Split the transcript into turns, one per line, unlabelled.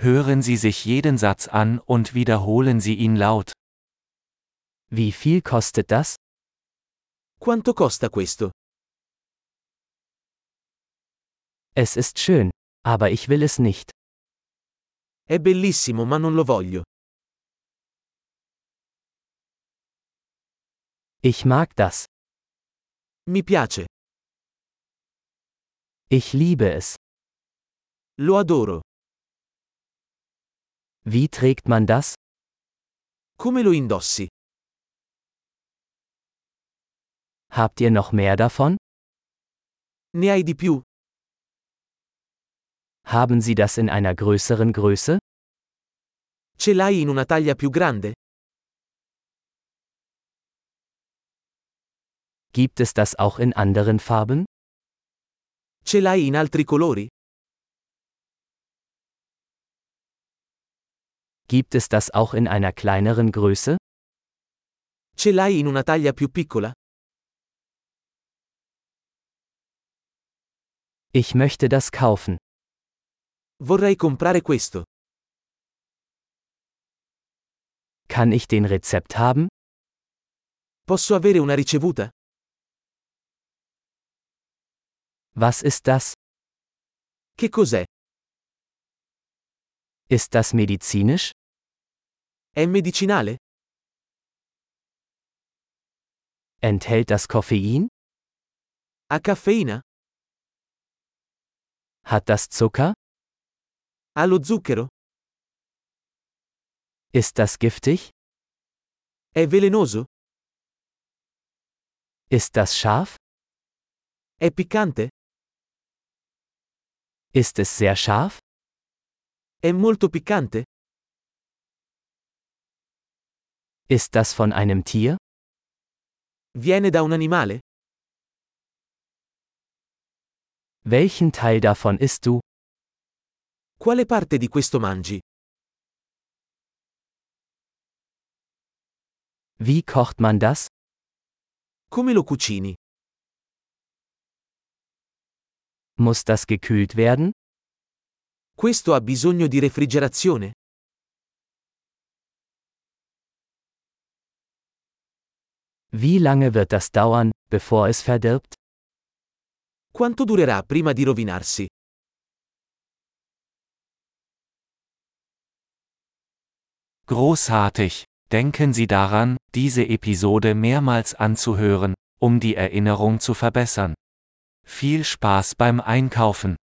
Hören Sie sich jeden Satz an und wiederholen Sie ihn laut. Wie viel kostet das?
Quanto costa questo?
Es ist schön, aber ich will es nicht.
È bellissimo ma non lo voglio.
Ich mag das.
Mi piace.
Ich liebe es.
Lo adoro.
Wie trägt man das?
Come lo indossi?
Habt ihr noch mehr davon?
Ne hai di più?
Haben Sie das in einer größeren Größe?
Ce l'hai in una taglia più grande?
Gibt es das auch in anderen Farben?
Ce l'hai in altri colori?
Gibt es das auch in einer kleineren Größe?
Ce l'hai in una taglia più piccola?
Ich möchte das kaufen.
Vorrei comprare questo.
Kann ich den Rezept haben?
Posso avere una ricevuta?
Was ist das?
Che cos'è?
Ist das medizinisch?
È medicinale?
Enthält das Koffein?
Ha caffeina?
Hat das Zucker?
Ha lo zucchero?
Ist das giftig?
È velenoso?
Ist das scharf?
È piccante?
Ist es sehr scharf?
È molto piccante?
Ist das von einem Tier?
Viene da un animale?
Welchen Teil davon isst du?
Quale parte di questo mangi?
Wie kocht man das?
Come lo cucini?
Muss das gekühlt werden?
Questo ha bisogno di refrigerazione?
Wie lange wird das dauern, bevor es verdirbt?
Quanto durerà prima di rovinarsi?
Großartig! Denken Sie daran, diese Episode mehrmals anzuhören, um die Erinnerung zu verbessern. Viel Spaß beim Einkaufen!